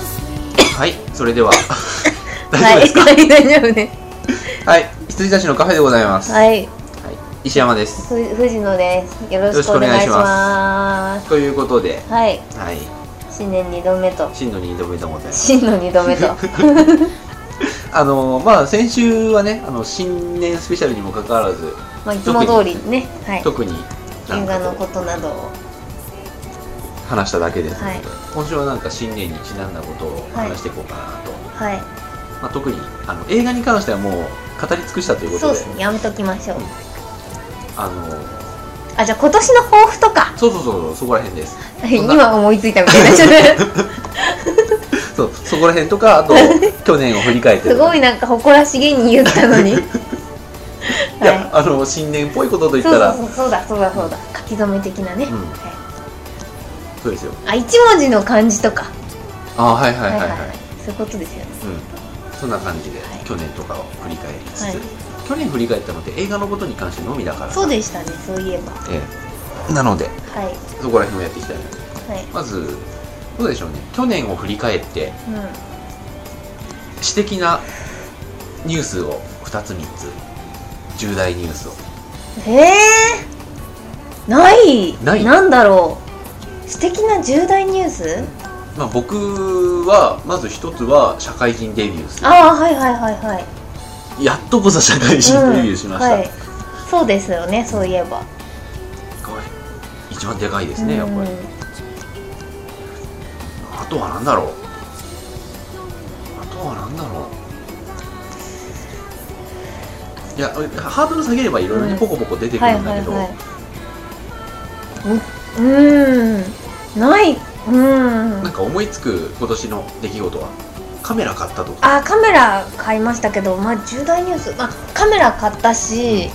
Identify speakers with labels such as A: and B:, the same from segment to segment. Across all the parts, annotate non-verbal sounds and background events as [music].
A: はいそれで [laughs] は大丈夫
B: は
A: で
B: い
A: すか
B: 大丈夫ね
A: はい羊たちのカフェでございます、はい
B: はい
A: 石山です
B: ふ藤野ですよろしくお願いします
A: ということで
B: はい
A: はい
B: 新年2度目と
A: 真の2度目でございます
B: 真の2度
A: [laughs]
B: 目と
A: あのまあ先週はねあの新年スペシャルにもかかわらず、
B: まあいつも通りねはい
A: 特になん
B: 映画の
A: か
B: こ
A: こと
B: などを
A: う話しただけですので、
B: はい
A: 今週はなんか新年にちなんだことを話していこうかなと、
B: はい
A: まあ、特にあの映画に関してはもう語り尽くしたというこ
B: そう
A: と
B: で
A: です
B: ねやめときましょう
A: あの
B: あじゃあ今年の抱負とか
A: そうそうそうそうそこら辺ですそんな
B: 今思いついたみたいになっちゃった
A: そうそこら辺とか [laughs] あと去年を振り返って
B: [laughs] すごいなんか誇らしげに言った
A: [laughs]
B: のに
A: いや、あの新年っぽいことと言っ
B: そう
A: たら
B: そうそうそうだそうだそうだ書き初め的なね、
A: うん
B: は
A: そうですよ
B: い、あ一文字の漢字とか
A: あはいはいはいはい、
B: そういうことですよね
A: うんそんな感じで、
B: はい
A: 去年とかを振り返りつつ、
B: はい
A: 去年振り返ったのって映画のことに関してのみだから
B: そうでしたねそういえばは
A: ええなので
B: い
A: そこら辺をやっていきたいな
B: はい
A: まずどうでしょうね去年を振り返って
B: う
A: 私的なニュースを2つ3つ重大ニュースを
B: んへえない
A: ない
B: なんだろう素敵な重大ニュース
A: まあ、僕はまず一つは社会人デビューする
B: ああはいはいはいはい
A: やっとこそ社会人デビューしました、
B: うんはい、そうですよねそういえば
A: これ一番でかいですねやっぱり
B: う
A: あとは何だろうあとは何だろういやハードル下げればいろいろ
B: う
A: ね
B: ん
A: ポコポコ出て
B: ん
A: く
B: はい
A: るんだ
B: は
A: け
B: い
A: ど、
B: はいうんうーんないうん
A: なんか思いつく今年の出来事はカメラ買ったとか
B: あカメラ買いましたけど、まあ、重大ニュース、まあ、カメラ買ったし、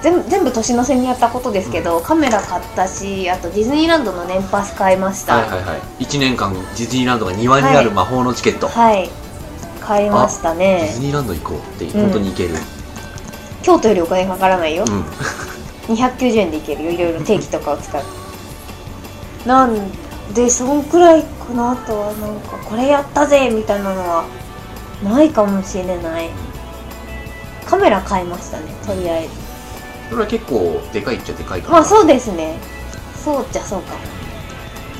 B: 全部全部年の瀬にやったことですけど、カメラ買ったしあとディズニーランドの年パス買いました
A: はいはいはい1年間ディズニーランドが庭にある魔法のチケット、
B: はい買いました
A: デ
B: ね
A: ィズニーランド行こうって本当に行ける、
B: 京都よりお金かからないよ、
A: うん
B: 290円でいけるよいろいろ定期とかを使うなんでそんくらいかなとはなんかこれやったぜみたいなのはないかもしれないカメラ買いましたねとりあえず
A: それは結構でかいっちゃでかいかな
B: まあそうですねそうじゃそうか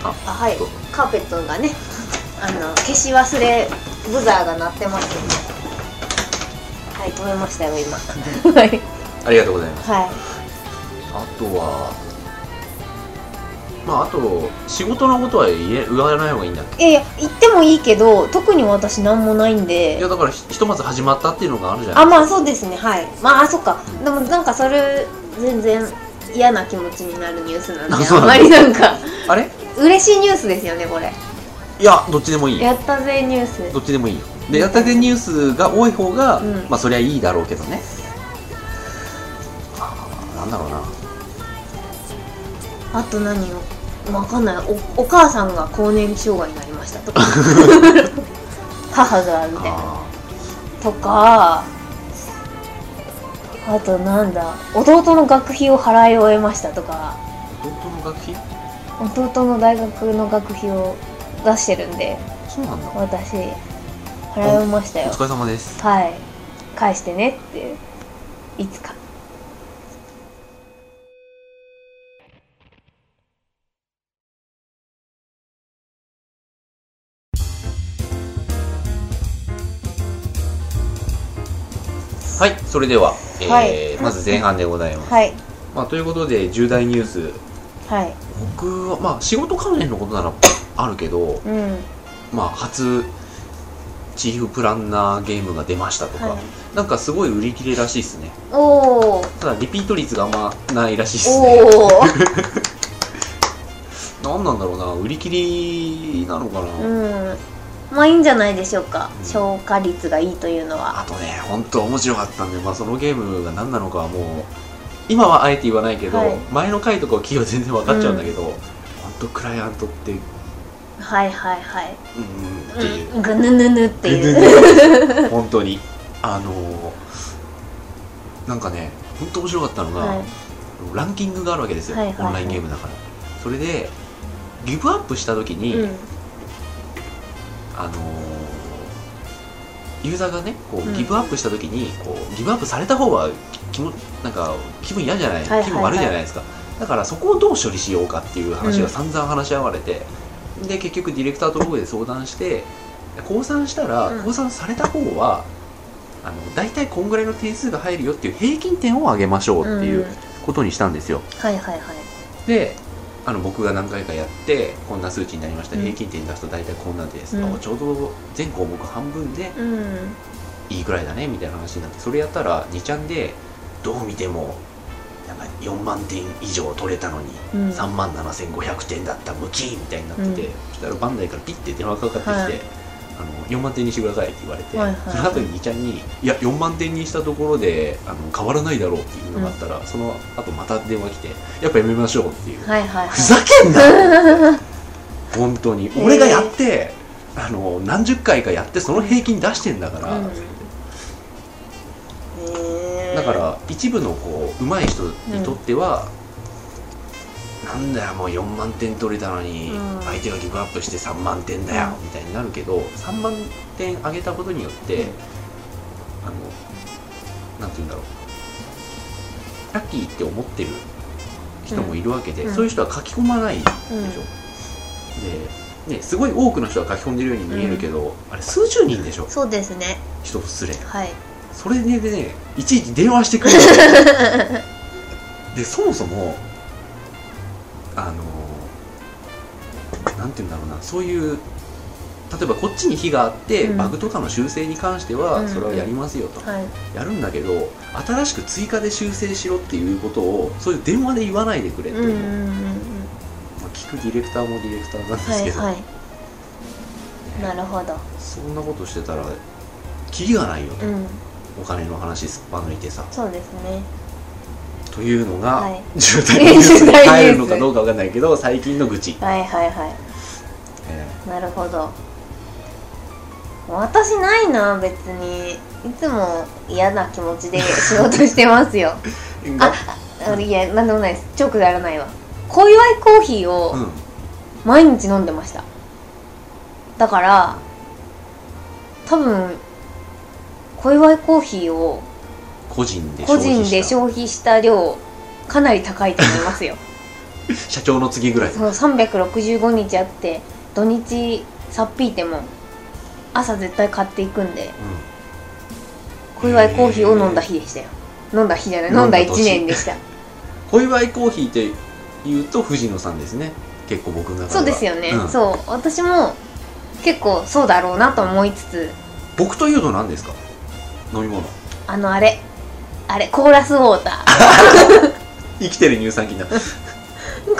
A: あ
B: あはい
A: そう
B: カーペットがね [laughs] あの消し忘れブザーが鳴ってますはい止めましたよ今
A: [laughs]
B: はい
A: ありがとうございます
B: は
A: あとはまああと仕事のことは言え言わない方がいいんだっけ
B: いいやいや言ってもいいけど特に私何もないん
A: いや
B: で
A: だからひひとまず始まったっていうのがあるじゃない
B: あまあそうですねはいまああそっかでもなんかそれ全然嫌な気持ちになるニュースなんで
A: あそう
B: あ
A: な
B: んま
A: ん
B: りなんか
A: あれ
B: 嬉しいニュースですよねこれ
A: いやどっちでもいいよ
B: やったぜニュース
A: どっちでもいいよでやったてニュースが多い方が、
B: うん
A: まあそりゃいいだろうけどねあーなんだろうな
B: あと何をわかんないおお母さんが更年期障害になりました
A: [laughs]
B: とか母がみたいな
A: あ
B: とかあとなんだ弟の学費を払い終えましたとか
A: ー弟の楽器
B: 弟の大学の学費を出してるんで
A: そうなんだお
B: 私払い終えましたよ
A: 疲れ様です
B: はい返してねっていつか
A: はいそれでは、えー
B: はい
A: まず前半でございます、
B: はい
A: まあ、ということで重大ニュース
B: はい
A: 僕はまあ仕事関連のことならあるけど
B: うん
A: まあ、初チーフプランナーゲームが出ましたとか、
B: はい
A: なんかすごい売り切れらしいですね
B: おー
A: ただリピート率があんまないらしいですね
B: おお
A: 何なんだろうな売り切りなのかな、
B: うんまあいいんじゃないでしょうか消化率がいいというのは
A: あとね本当面白かったんで、まあ、そのゲームが何なのかはもう今はあえて言わないけど、
B: はい
A: 前の回とかは企業全然分かっちゃうんだけど、本当クライアントってうん
B: はいはいはい
A: うんっていう、
B: うんぐぬぬぬっていう
A: いう [laughs] 本当にあのーなんかね本当面白かったのが、
B: は
A: ランキングがあるわけですよ、
B: はいはいはい
A: オンラインゲームだからそれでギブアップした時
B: い
A: に、
B: うん
A: あのーユーザーがねこ
B: う
A: うんギブアップした時に、こうギブアップされた方は気もなんか気分嫌じゃない,、
B: いはいはい
A: 気分悪いじゃないですかだからそこをどう処理しようかっていう話
B: う
A: が
B: ん
A: 散々話し合われて、で結局ディレクターと僕で相談して
B: [laughs]
A: 降参したら、
B: うん
A: 降参された方はあの大体こんぐらいの点数が入るよっていう平均点を上げましょうっていうんうことにしたんですよ、
B: はいはいはい
A: であの僕が何回かやってこんな数値になりました、
B: うん
A: 平均点出すと大体こんなんです、
B: うん
A: あちょうど全項目半分で
B: うん
A: いいぐらいだねみたいな話になってそれやったら2ちゃんでどう見てもなんか4万点以上取れたのに
B: うん
A: 3万7500点だったムキみたいになってて、
B: うん
A: そしたらバンダイからピッて電話かかってきて、
B: はい
A: あの4万点にしてくださいって言われて、
B: はいはい
A: その後に2ちゃんに「いや4万点にしたところであの変わらないだろう」っていうのがあったら、その後また電話来て「やっぱやめましょう」っていう、
B: はいはい
A: ふ
B: は
A: ざけんな
B: [laughs]
A: 本当に
B: ー
A: 俺がやってあの何十回かやってその平均出してんだから、
B: うんいへー
A: だから一部のこう上手い人にとっては、なんだよもう4万点取れたのに、
B: うん
A: 相手がギブアップして3万点だよ、
B: う
A: みたいになるけど3万点上げたことによって、
B: うん
A: あのなんて言うんだろうラッキーって思ってる人もいるわけで、
B: うん
A: そういう人は書き込まないでしょ、
B: うん
A: で、ね、すごい多くの人が書き込んでるように見えるけど、あれ数十人でしょ
B: そうですね
A: 人すれ
B: はい
A: それでねいちいち電話してく
B: [laughs]
A: るんですよでそもそもあのなんて言うんだろうなそういう例えばこっちに火があって、
B: うん
A: バグとかの修正に関して
B: う
A: は
B: ん
A: それはやりますよと、
B: はい
A: やるんだけど新しく追加で修正しろっていうことをそういう電話で言わないでくれと
B: うんう
A: い
B: ん
A: う、
B: うん
A: ま
B: う
A: あ
B: ん
A: 聞くディレクターもディレクターなんで
B: は
A: す
B: い
A: けど、
B: はいなるほど
A: そんなことしてたらキリがないよと、
B: うん
A: お金の話すっぱ抜いてさ
B: そうですね
A: というのが、
B: はい
A: 渋滞ニュースに入るのかどうかわかんないけ
B: [laughs]
A: ど最近の愚痴、
B: はいはいはい
A: え
B: なるほど私ないな別にいつも嫌な気持ち [laughs] で仕事してますよ
A: ー
B: ああいやなんでもないです超くだらないわ小祝いコーヒー
A: う
B: を
A: ん
B: 毎日飲んでましただから多分小祝いコーヒーを
A: 個人で
B: 個
A: 消費
B: 人
A: し
B: で
A: た
B: 消費した量かなり高いと思います [laughs] よ
A: 社長の次ぐらい
B: その365日あって土日さっぴいても朝絶対買っていくんで
A: う
B: 小祝いコーヒーを飲んだ日でしたよ飲んだ日じゃない飲
A: 飲
B: ん
A: ん
B: だ
A: だ
B: 1
A: 年
B: 年で
A: [laughs]
B: した
A: ん小祝コーヒーって言うと藤野さんですね結構僕の中では
B: そうですよね、
A: うん
B: そう私も結構そうだろうなと思いつつ
A: 僕というと何ですか飲み物
B: あのあれあれコーラスウォータ
A: [laughs] 生きてる乳酸菌だ、
B: ー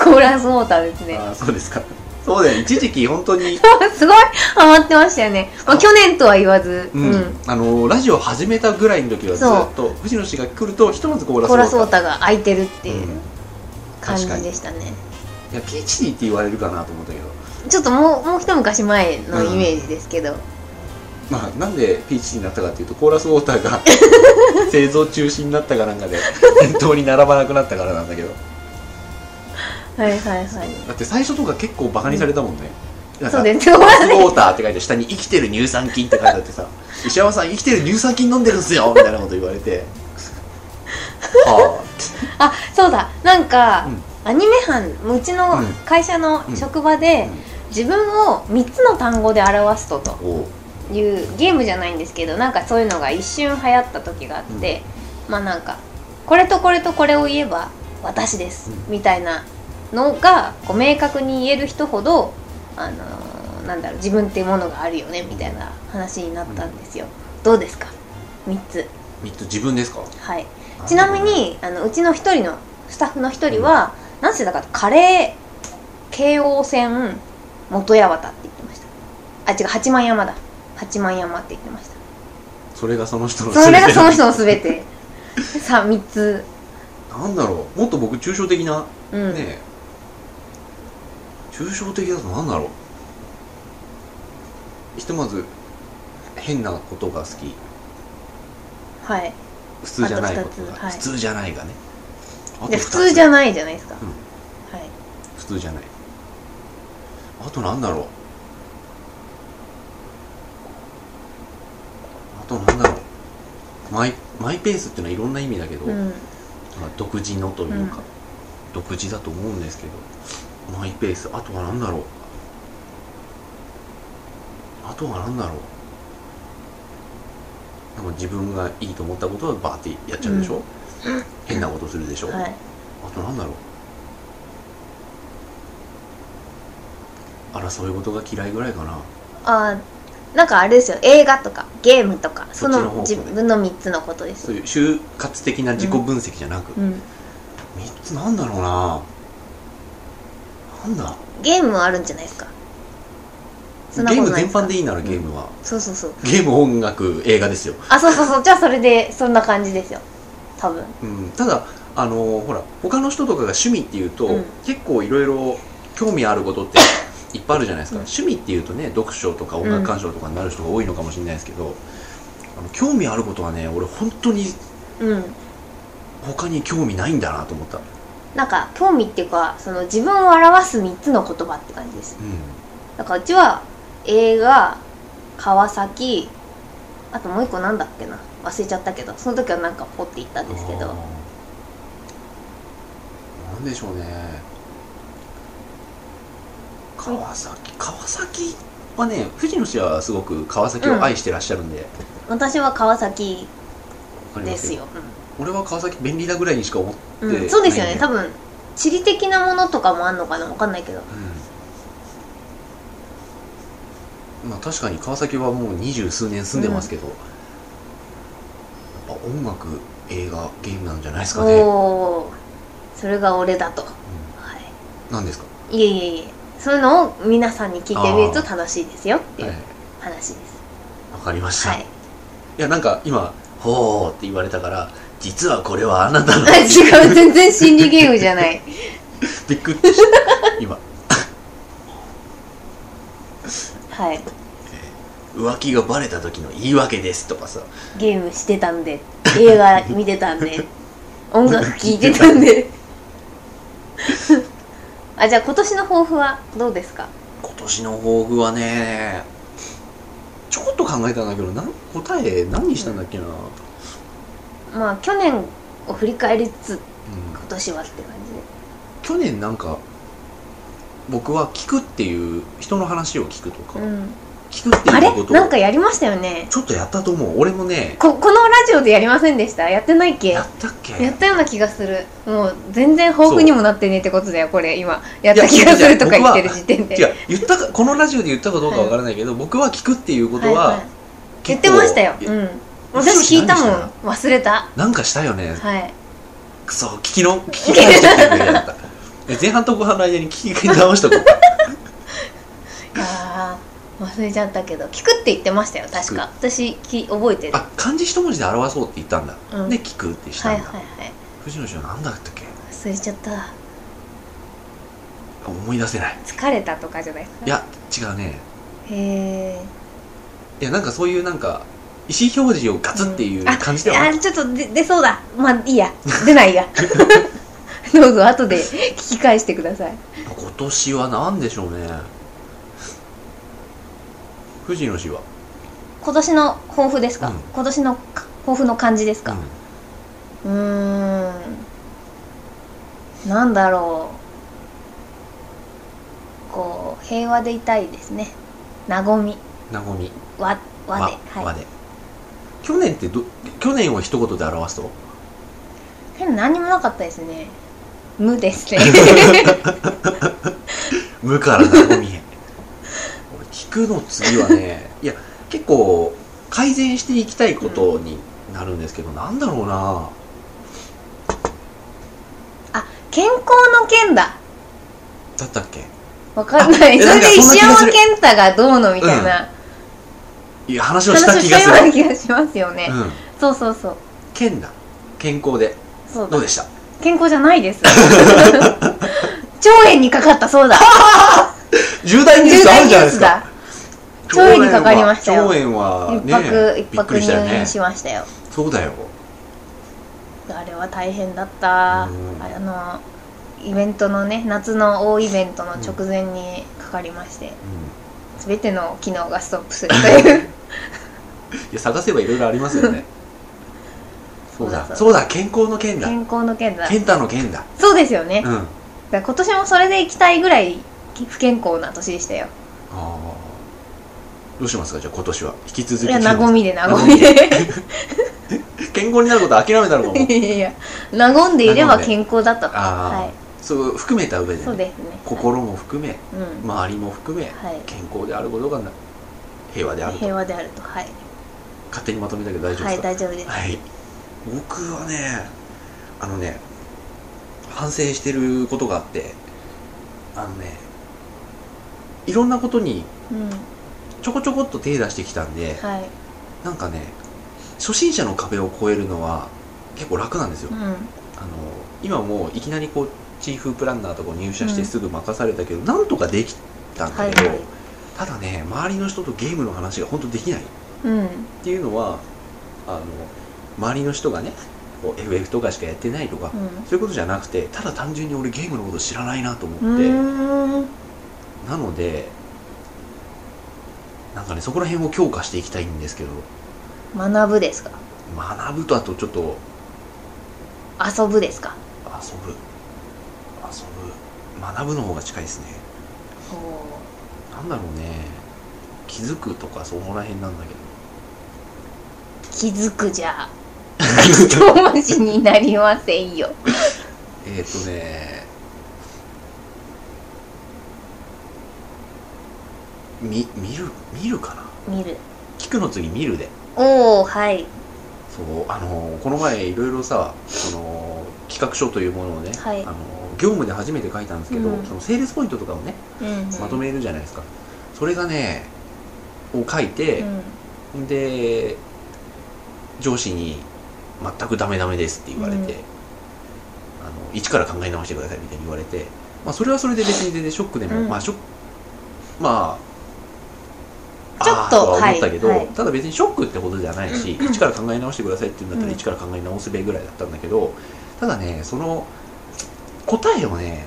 B: コーラスウォーターですね
A: ああそうですかそうだよ一時期本当に
B: すごいハマってましたよね、まあ、去年とは言わず、
A: うん、あのラジオ始めたぐらいの時はずっと藤野氏が来るとひとまずコーラス
B: コーラスウォー
A: ー
B: ターが空いてるって
A: う
B: い
A: ん
B: う感じでしたね、
A: いやピーチティーって言われるかなと思ったけど
B: ちょっともうもう一昔前のイメージですけど、
A: まあ、なんでピーチティーになったかっていうとコーラスウォーター
B: [laughs]
A: が製造中止になったかなんかで店頭に並ばなくなったからなんだけど
B: はいはいはい
A: だって最初とか結構バカにされたもんね、なんか
B: そうです [laughs] よ
A: コーラスウォーターって書いて下に「生きてる乳酸菌」って書いてあってさ「石山さん生きてる乳酸菌飲んでるんすよ」みたいなこと言われ
B: [laughs]
A: ては
B: あそうだなんか、
A: うん
B: アニメ班うちの
A: うん
B: 会社の職場で、
A: うん
B: 自分を3つの単語で表すと
A: あ
B: と
A: おう
B: いうゲームじゃないんですけどなんかそういうのが一瞬流行った時があって、まあなんかこれとこれとこれを言えば私です、
A: う
B: みたいなのがこう明確に言える人ほど、あのーなんだろう自分っていうものがあるよねみたいな話になったんですよ、どうですか3つ
A: ミッド自分ですか
B: はいちなみにあのうちの一人のスタッフの一人は、なんせだからカレー京王線元八幡って言ってましたあ違う八幡山だ八幡山って言ってまし
A: それがその人の
B: たそれがその人
A: の
B: の
A: [laughs]
B: 全てさあ3つ
A: なんだろうもっと僕抽象的な
B: うん、
A: ねえ抽象的だと何だろうひとまず変なことが好き
B: はい
A: 普通じゃないこと
B: あ
A: が、
B: と二つはい
A: 普通じゃないがねあ
B: で普通じゃないじゃないですか、
A: うん
B: はい
A: 普通じゃないあと何だろうとなんだろうマイマイペースっていうのはいろんな意味だけど、
B: うん
A: まあ独自のというか、
B: うん
A: 独自だと思うんですけどマイペースあとは何だろうあとは何だろうでも自分がいいと思ったことはバーってやっちゃうでしょ、変なことするでしょ、
B: はい
A: あとなんだろう争い事が嫌いぐらいかな
B: あーなんかあれですよ映画とかゲームとか
A: そっち
B: そ
A: の
B: の
A: 方向
B: 自分の3つのことです
A: そういう就活的な自己分析じゃなく、
B: うん、
A: 三3つなんだろうななんだ
B: ゲームはあるんじゃないですかそんな
A: ゲ
B: こ
A: ー
B: と
A: ム
B: ない
A: 全
B: ですか
A: 般でいいならゲームは、
B: そうそうそう
A: ゲーム音楽映画ですよ、
B: あそうそうそうじゃあそれでそんな感じですよ多分
A: うん、ただあのほら他の人とかが趣味っていうと、
B: うん
A: 結構いろいろ興味あることって
B: [laughs]
A: いっぱいあるじゃないですか、
B: うん
A: 趣味っていうとね読書とか音楽鑑賞とかになる人が多いのかもしれないですけど、あの興味あることはね俺本当に
B: うん
A: 他に興味ないんだなと思った、うん、
B: なんか興味っていうかその自分を表す3つの言葉って感じですだからうちは映画川崎あともう一個なんだっけな忘れちゃったけどその時はなんかポって言ったんですけ
A: あ
B: ど
A: ーなんでしょうね川崎川崎はね藤野氏はすごく川崎を愛してらっしゃるんで、わ
B: 私は川崎
A: かりま
B: ですす
A: けど
B: よ、
A: 俺は川崎便利だぐらいにしか思って
B: うん
A: で
B: うん、そうですよね
A: ない
B: 多分地理的なものとかもあんのかなわかんないけど
A: うんまあ確かに川崎はもう二十数年住んでますけど、やっぱ音楽映画ゲームなんじゃないですかね、
B: おおそれが俺だと、は
A: うん、なんですか、
B: い、いえいえいえそういうのを皆さんに聞いてみると楽しいですよってい
A: はいう
B: 話です
A: わかりました、、
B: はいい、
A: やなんか今「ほー」って言われたから実はこれはあなたの
B: 違う全然心理ゲームじゃない
A: びっくりした
B: [laughs]
A: 今
B: はい
A: 浮気がバレた時の言い訳ですとかさ
B: ゲームしてたんで映画見てた
A: [laughs]
B: んで音楽聴いてたんで [laughs] あじゃあ今年の抱負はどうですか
A: 今年の抱負はねちょこっと考えたんだけどなん答え何にしたんだっけな、うん
B: まあ去年を振り返りつつ今年はって感
A: 去年なんか僕は聞くっていう人の話を聞くとか、
B: じで、うん、
A: 聞くって
B: あ
A: い
B: れ
A: うこと
B: な
A: を
B: んかやりましたよね
A: ちょっとやったと思う俺もね
B: ここのラジオでやりませんでしたやってないっけ
A: や
B: や
A: ったっけ
B: ったような気がするもう全然豊富にもなってねえってことだよこれ今やった気がするとか言ってる時点で
A: 違う言ったかこのラジオで言ったかどうかわからないけど、僕は聞くっていうこと
B: はい
A: は
B: はい言っ
A: 結構
B: てましたよ、うん、私聞いたも
A: 何
B: ん忘れた
A: なんかしたよね
B: はい
A: くそ聞きの聞き返してくれなか
B: [laughs]
A: ったえ前半と後半の間に聞き直しとこう
B: いやー忘れちゃったけど聞くって言ってましたよ確か私き覚えてる
A: あ漢字一文字で表そうって言ったんだ、
B: うん
A: で聞くってした
B: はい
A: ん
B: はい
A: だ、
B: はい
A: 藤野氏は何だったっけ
B: 忘れちゃった
A: 思い出せない
B: 疲れたとかじゃないですか
A: いや違うね
B: へえ
A: いやなんかそういうなんか意思表示をガツっていう感じではな
B: あ
A: い、
B: ちょっとで出そうだまあいいや出ないやどうぞ後で聞き返してください
A: 今年は何でしょうね藤野氏は、
B: 今年の抱負ですか、
A: うん
B: 今年のか抱負の感じです
A: う
B: か
A: ん
B: うーんなんだろうこう平和でいたいですね和み
A: なごみ
B: 和和で
A: わ
B: はい
A: わで去年ってど去年を一言で表すと
B: でも何もなかったですね無です
A: [laughs]
B: ね
A: 「無からなごみへ」俺聞くの次はねいや結構改善していきたいことになるんですけど、なんだろうな
B: 健康の件だ
A: だったっけ
B: わかんない
A: あ
B: それで
A: なんかそんな
B: 石
A: 気がす
B: 山
A: る
B: 健太がどうのみたいな、
A: いや話をし
B: 話を
A: た気
B: した
A: がす
B: よう
A: る
B: な気がしますよね、
A: うん
B: そうそうそう
A: 健だ健康で
B: そう
A: ど
B: だ
A: うでした
B: 健康じゃないです
A: [laughs]
B: 腸炎にかかったそうだ
A: 重大ニュー
B: 重
A: スある
B: 大ニ
A: じ
B: ュ
A: ゃない
B: ー
A: です
B: ス
A: か
B: だ腸炎にかかりましたよ
A: 腸炎は
B: 一
A: 腸炎はね
B: 泊
A: び
B: 一
A: っく
B: 泊
A: りしたよ
B: 入
A: ね
B: 院しましたよ
A: そうだよ
B: あれは大変だった、
A: うん
B: あのイベントのね夏の大イベントの直前にかかりまして、
A: う
B: 全ての機能がストップするという
A: や探せばいろいろありますよね [laughs] そうだ
B: [laughs] そうそ
A: そ
B: う
A: うだ健康の件だ
B: 健康の件だ
A: 健太の件だ
B: そうですよね、
A: うんあ
B: だから今年もそれで行きたいぐらい不健康な年でしたよ
A: あどうしますかじゃあ今年は引き続
B: そ
A: き
B: れは和みで和みで
A: 健康になること諦めたのかも
B: [laughs] いやいや和んでいれば
A: 和んで
B: 健康だったと
A: ああ、
B: は
A: そう含めた上
B: い
A: で,、
B: そうですね
A: 心も含め
B: うん
A: 周りも含め
B: はい
A: 健康であることがな平和であると
B: 平和であるとはい
A: 勝手にまとめたけど大丈夫
B: は
A: です
B: い
A: か、
B: 大丈夫です
A: はい、僕はねあのね反省してることがあってあのねいろんなことに
B: うん
A: ちょこちょこっと手出してきたんで
B: はい
A: なんかね初心者の壁を越えるのは結構楽なんですよ、
B: うん
A: あの今もういきなりこうチーフプランナーとか入社してすぐ任されたけど、なんとかできたん
B: は
A: だ
B: い
A: けど、
B: はい
A: ただね周りの人とゲームの話が本当できない
B: うん
A: っていうのはあの周りの人がねこう FF とかしかやってないとか、そういうことじゃなくてただ単純に俺ゲームのこと知らないなと思って、
B: うんうーん
A: なのでなんかねそこら辺を強化していきたいんですけど
B: 学ぶですか
A: 学ぶとあとちょっと遊ぶ
B: 遊ぶですか
A: 遊ぶ学ぶの方が近いですね
B: おー
A: なんだろうね気づくとかそこら辺なんだけど
B: 気づくじゃ
A: [laughs]
B: 一文字になりませんよ
A: えっ、とねみ見る見るかな
B: 見る
A: 聞くの次見るで
B: おおはい
A: そうあのこの前いろいろさその企画書というものをね、
B: はい
A: あの業務で初めて書いたんですけど、
B: うん
A: そのセールスポイントとかをね
B: うん
A: まとめるじゃないですか、それがねを書いて
B: う、ん
A: で上司に「全くダメダメです」って言われて、
B: うん
A: あの「一から考え直してください」みたいに言われて、まあ、それはそれで別に全然ショックでも、
B: うん
A: まあショックまあ
B: ちょっと
A: あーとは思ったけど、
B: はいはい
A: ただ別にショックってことじゃないし、一から考え直してくださいって言うんだったら
B: うん
A: 一から考え直すべぐらいだったんだけどただねその答えをね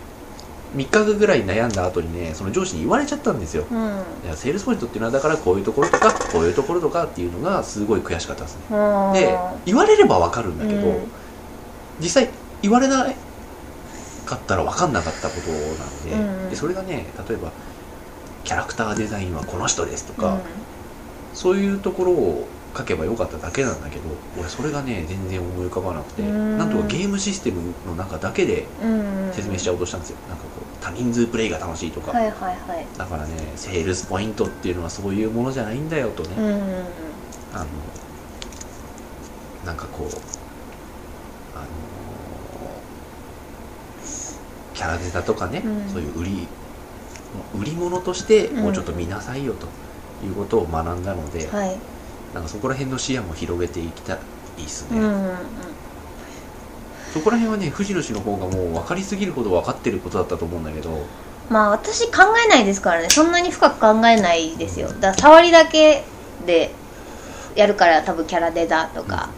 A: 3日ぐらい悩んだ後にねその上司に言われちゃったんですよ
B: うん
A: いやセールスポイントっていうのはだからこういうところとかこういうところとかっていうのがすごい悔しかったですね
B: うん
A: で言われればわかるんだけど、
B: うん
A: 実際言われなかったらわかんなかったことなので,、
B: うんうん
A: でそれがね例えばキャラクターデザインはこの人ですとか、
B: うん
A: そういうところを書けばよかっただけなんだけど俺それがね全然思い浮かばなくて、
B: うん
A: なんとかゲームシステムの中だけで
B: うん
A: 説明しちゃおうとしたんですよ、なんかこう多人数プレイが楽しいとか、
B: はいはいはい
A: だからねセールスポイントっていうのはそういうものじゃないんだよとね、
B: うんうんうん
A: あのなんかこうあのキャラデザとかね、
B: うん
A: そういう売り売り物として
B: うん
A: もうちょっと見なさいよということを学んだので、
B: はい
A: なんかそこら辺の視野も広げていきたいです
B: う
A: ね、
B: んうんうん
A: そこら辺はね藤野氏の方がもう分かりすぎるほど分かってることだったと思うんだけ
B: [laughs]
A: ど
B: まあ私考えないですからねそんなに深く考えないですよだから触りだけでやるから多分キャラデザとか、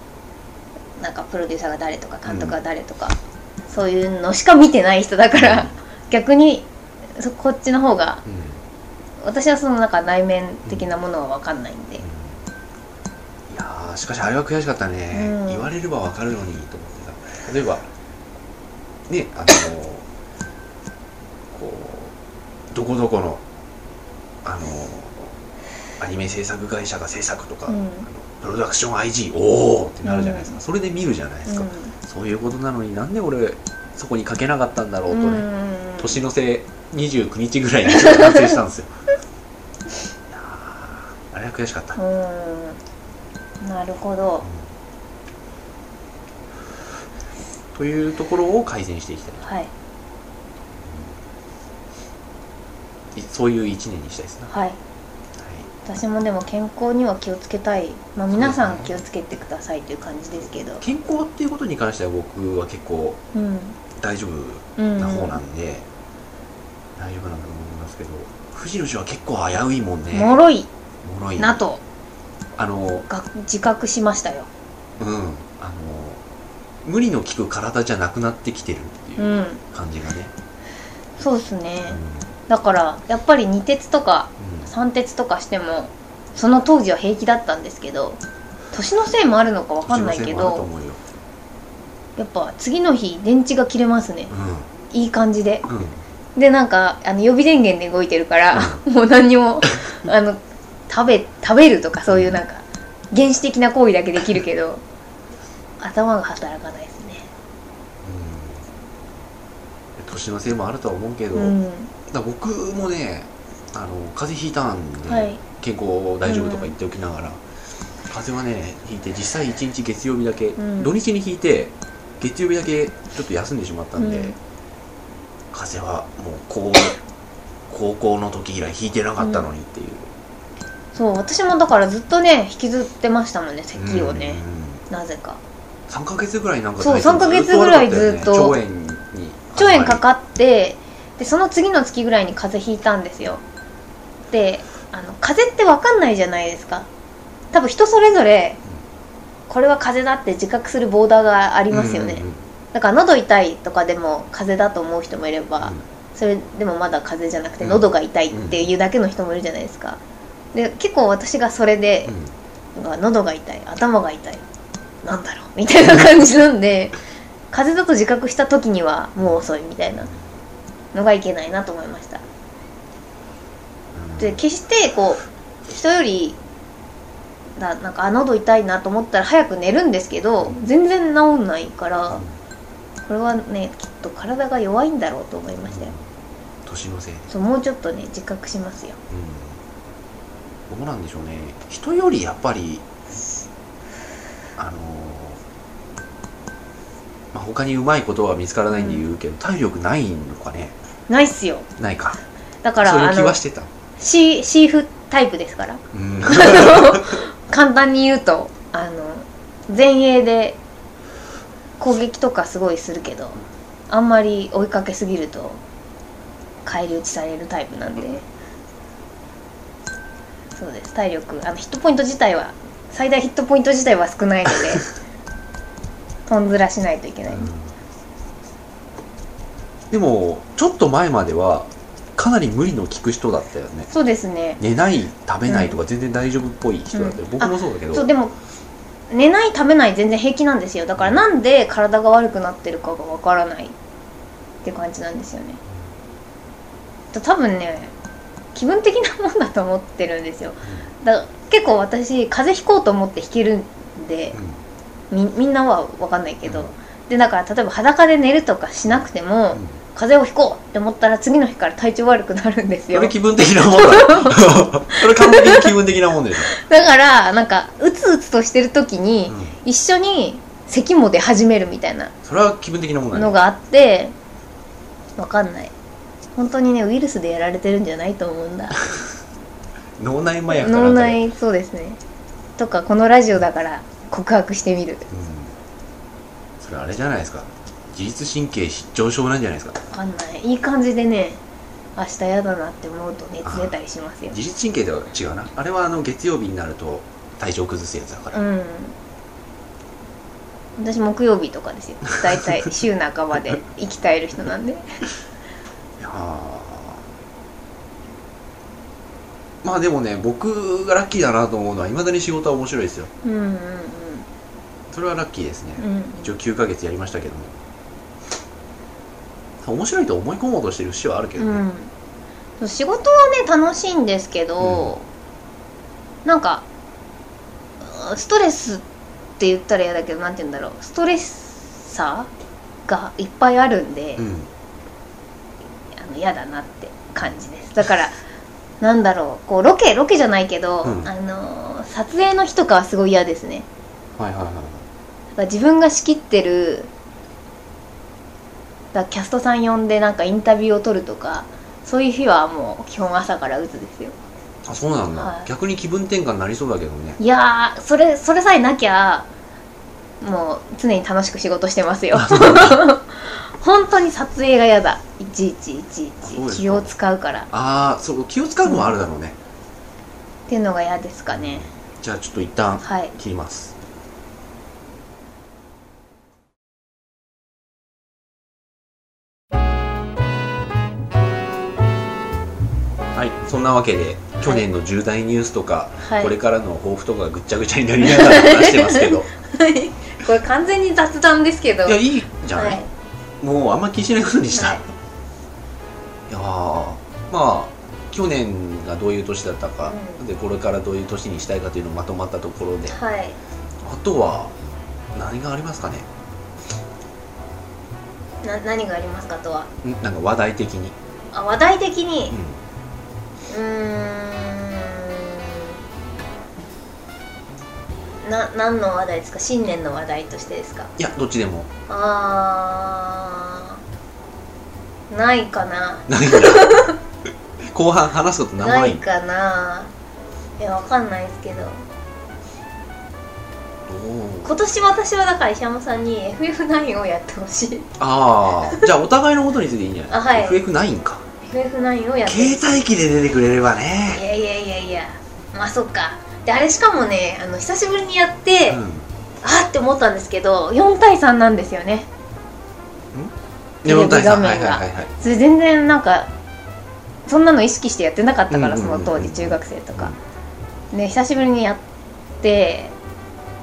B: なんかプロデューサーが誰とか監督が誰とか、そういうのしか見てない人だから、逆にそこっちの方が
A: うんうん
B: 私はそのなんか内面的なものは分かんないんで、
A: いやーしかしあれは悔しかったね、
B: うん
A: 言われればわかるのにと思ってさ例えばねあのこうどこどこのあのアニメ制作会社が制作とか、
B: うん
A: あのプロダクション IG おおってなるじゃないですか、それで見るじゃないですか、そういうことなのになんで俺そこに書けなかったんだろう
B: う
A: と
B: ん
A: ね、
B: うん
A: 年の瀬29日ぐらいに完成したんですよ [laughs] いやーあれは悔しかった、
B: うんなるほど
A: というところを改善していきた
B: はい
A: いいそういう一年にしたいですな、は
B: はい
A: い、
B: 私もでも健康には気をつけたい、まあ、皆さん気をつけてくださいという感じですけど
A: 健康っていうことに関しては僕は結構
B: うん
A: 大丈夫
B: うん
A: な方なんで、大丈夫なんだと思いますけど藤野氏は結構危ういもんね
B: もろい
A: もろい
B: なと
A: あの
B: が自覚しましたよ
A: うんあの無理の効く体じゃなくなってきてるって
B: う
A: いうん感じがね、
B: そうですね
A: うん
B: だからやっぱり二鉄とか
A: うん
B: 三鉄とかしてもその当時は平気だったんですけど年のせいもあるのかわかんないけ
A: うちのせいもあると
B: ど
A: 思うよ
B: やっぱ次の日電池が切れますねいい感じで
A: うんうん
B: でなんかあの予備電源で動いてるから、もう何にもあの食べ食べるとかそういうなんか原始的な行為だけできるけど頭が働かないですね
A: うん年のせいもあるとは思うけど、
B: うん
A: だから僕もねあの風邪ひいたんで、
B: はい
A: 健康大丈夫とか言っておきながら、風邪はねひいて実際1日月曜日だけ、
B: うん
A: 土日にひいて月曜日だけちょっと休んでしまったんで、
B: うん
A: 風邪はもう高高校の時以来ひいてなかったのにっていう、
B: そう私もだからずっとね引きずってましたもんね
A: うん、
B: 咳をね、なぜか
A: 3ヶ月ぐらいなんか
B: そう
A: 体調
B: 3ヶ月ぐらいずっと
A: 悪かったよね腸
B: 腸
A: 炎に
B: 炎かかってでその次の月ぐらいに風邪ひいたんですよであの風邪って分かんないじゃないですか多分人それぞれこれは風邪だって自覚するボーダーがありますよね、
A: うんうんうん
B: だから喉痛いとかでも風邪だと思う人もいれば、
A: うん
B: それでもまだ風邪じゃなくて
A: うん
B: 喉が痛いっていうだけの人もいるじゃないですかで結構私がそれで
A: うん
B: 喉が痛い頭が痛いなんだろうみたいな感じなんで風邪だと自覚した時にはもう遅いみたいなのがいけないなと思いましたで決してこう人よりななんかあ喉痛いなと思ったら早く寝るんですけど全然治んないからこれはねきっと体が弱いんだろうと思いましたよ
A: 年のせいで、
B: そうもうちょっとね自覚しますよ
A: うん、どうなんでしょうね人よりやっぱりあのまあ、他にうまいことは見つからないんで言うけど、体力ないのかね
B: ないっすよ
A: ないか
B: だから
A: そうい
B: あ
A: う気
B: の
A: はしてた、
B: シーシーフタイプで
A: [laughs]
B: すから
A: うん、
B: あの簡単に言うとあの前衛で攻撃とかすごいするけどあんまり追いかけすぎると返り討ちされるタイプなんでそうです体力あのヒットポイント自体は最大ヒットポイント自体は少
A: [laughs]
B: ないのでとんずらしないといけない、
A: でもちょっと前まではかなり無理の効く人だったよね
B: そうですね
A: 寝ない食べないとか全然大丈夫っぽい人だったよ、
B: うん
A: 僕もそうだけど
B: そうでも寝ない食べない全然平気なんですよだからなんで体が悪くなってるかがわからないって感じなんですよねと多分ね気分的なもんだと思ってるんですよだ結構私風邪ひこうと思ってひけるんで
A: うん
B: みみんなはわかんないけど、
A: うん
B: でだから例えば裸で寝るとかしなくても、
A: うん
B: 風邪をひこうって思ったら次の日から体調悪くなるんです
A: そ
B: よ
A: れ気分的なもんだ
B: [laughs]
A: よそれ完璧に気分的なもんでし
B: だからなんかうつうつとしてる時に、
A: ょ、うん
B: 一緒に咳も出始めるみたいな
A: それは気分的なもんだ
B: の
A: よ、ね、
B: があってわかんない本当にねウイルスでやられてるんじゃないと思うんだ
A: 脳内麻薬かな
B: 脳
A: んかで、
B: 内そうですねとかこのラジオだから告白してみる
A: うん、それあれじゃないですか自律神経失調症なんじゃないですか
B: わかんないいい感じでね明日やだなって思うと熱出たりしますよ
A: 自律神経では違うなあれはあの月曜日になると体調崩すやつだから、
B: うん私木曜日とかですよ大体週半ばで生き返る人なんで
A: いやーまあでもね僕がラッキーだなと思うのはいまだに仕事は面白いですよ
B: うんうん
A: それはラッキーですね、
B: うんうん
A: 一応9ヶ月やりましたけども面白いと思い込もうとしてる節はあるけどね、
B: うん、仕事はね楽しいんですけど、なんかうんストレスって言ったら嫌だけどなんて言うんだろうストレッサーがいっぱいあるんで、
A: うん
B: あの嫌だなって感じですだからなんだろうこうロケロケじゃないけど、
A: うん
B: あのー撮影の日とかはすごい嫌ですね
A: はいはいはい
B: だから自分が仕切ってるだからキャストさん呼んでなんかインタビューを取るとかそういう日はもう基本朝から鬱ですよ
A: あそうなんだ、
B: はい
A: 逆に気分転換になりそうだけどね
B: いやーそれそれさえなきゃもう常に楽しく仕事してますよ [laughs] 本当に撮影が嫌だいちいちいちい
A: そうですか
B: ち気を使うからっ
A: ああそう気を使うのはあるだろうね、
B: ていうのが嫌ですかね
A: じゃあちょっと一旦
B: はい
A: 切りますはいそんなわけで去年の重大ニュースとか、
B: はい
A: これからの抱負とかがぐっちゃぐちゃになりながら話してますけど
B: はいこれ完全に雑談ですけど
A: いやいいじゃない、
B: はい
A: もうあんま気にしないことにした、
B: はい
A: い、やーまあ去年がどういう年だったか、
B: うん
A: でこれからどういう年にしたいかというのをまとまったところで
B: はい
A: あとは何がありますかね
B: な何がありますかとは
A: んなんか話題的に、
B: あ話題的に
A: う
B: うーんな何の話題ですか新年の話題としてですか
A: ん、いやどっちでも
B: あーないかな
A: 何
B: [laughs]
A: かな後半話すこと長い
B: ないかないやわかんないですけ
A: お
B: ど
A: ー
B: 今年私はだから石山さんに FF9 をやってほしい
A: ああじゃあお互いのことについていいんじゃない
B: あはい
A: FF9 か
B: FF9 をやってほしい
A: 携帯機で出てくれればね
B: いやいやいやいやまあそっかであれしかもねあの久しぶりにやって、
A: うん
B: あーって思ったんですけど4対3なんですよねテレビ
A: 4対3
B: 画
A: はい
B: 面
A: は
B: が
A: いはいはい
B: それ全然なんかそんなの意識してやってなかったから
A: うんう
B: そ
A: んうんう
B: の
A: ん
B: 当時中学生とかね久しぶりにやって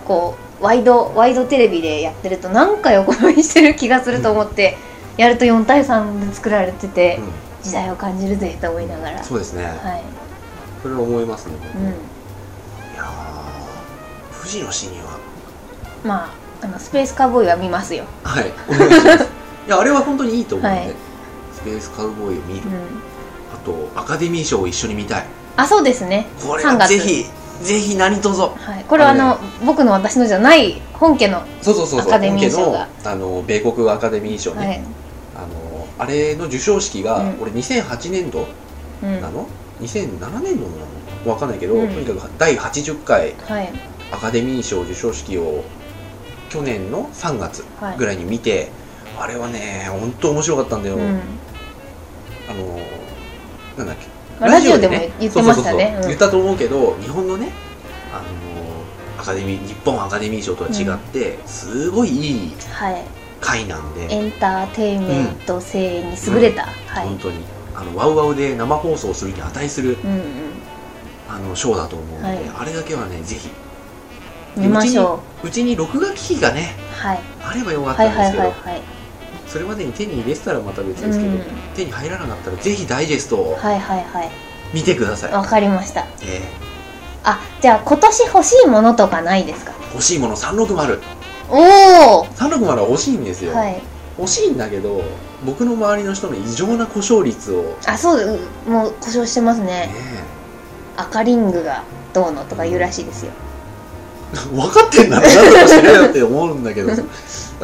B: こうワイドワイドテレビでやってるとなんか横乗りしてる気がすると思ってやると4対3で作られてて
A: うん
B: 時代を感じるぜと思いながら
A: そうですね、
B: はい
A: それは思いますね、僕
B: う
A: いやー藤野氏には
B: んまああのスペースカウボーイは見ますよ
A: はいお願いします
B: [laughs]
A: いやあれは本当にいいと思うんで、
B: はい
A: スペースカウボーイを見
B: う
A: る、
B: ん
A: あとアカデミー賞を一緒に見たい
B: あそうですね
A: これ
B: 3
A: は
B: 月
A: ぜひぜひ何とぞ
B: はい、これはあの僕の私のじゃない本家の、は
A: そうそうそうそう
B: アカデミー賞が
A: 本家のあの米国アカデミー賞ね、
B: い
A: あのあれの授賞式が、
B: うん
A: 俺2008年度
B: うん
A: なの、2007年度なのわかんないけど、
B: うん
A: とにかく第80回
B: はい
A: アカデミー賞授賞式を去年の3月
B: はい
A: ぐらいに見て、あれはね本当面白かったんだよ、
B: うん
A: あのなんだっけ
B: まあ、ラジオでも言ってまし
A: そ
B: たね
A: うそうそうそう言ったと思うけど日本のねあのアカデミー日本アカデミー賞とは違って、すごいいい
B: うんはい
A: 回なんで、
B: エンターテインメント性に優れた、はい、
A: 本当にあのワウワウで生放送するに値する
B: うん
A: あのショーだと思うので、
B: はい
A: あれだけはねぜひ
B: うん見ましょ
A: うちに録画機器がね
B: うはい
A: あればよかっ
B: はい
A: たんで
B: は
A: す
B: い
A: けど、
B: はいはい
A: それまでに手に入れてたらまた別
B: う
A: ですけど、
B: ん
A: 手に入らなかったらぜひダイジェストを
B: はいはいはい
A: 見てください、
B: わかりました
A: え
B: あじゃあ今年欲しいものとかないですか
A: ー欲しいもの360
B: おお
A: 360は欲しいんですよ、
B: はい
A: 欲しいんだけど僕の周りの人の異常な故障率をね
B: あそううんもう故障してますね赤リングがどうのとか言うらしいですよ
A: [laughs] 分かってんだろなんとかしてよって思うんだけど
B: [laughs]
A: だ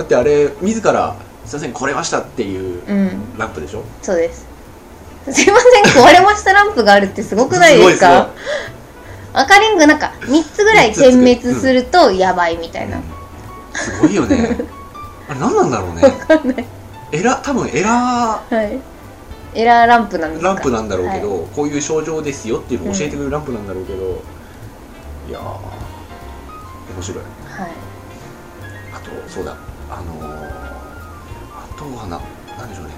A: ってあれ自ら「すいませんこれました」っていう
B: うん
A: ランプでしょ
B: そうです。すいません、壊れましたランプがあるってすごくないですか赤リングなんか3つぐらい
A: 三つつく
B: 点滅するとやばいみたいな。
A: すごいよ
B: [laughs]
A: ねあれ何なんだろうね
B: わかんない。
A: エラ多分エラ
B: はい。エラーランプなんで
A: ー
B: すか
A: ランプなんだろうけど、こういう症状ですよっていうのを教えてくれるランプなんだろうけど、いやー面白い
B: はい。
A: あとそうだあのーあとはな何でしょうね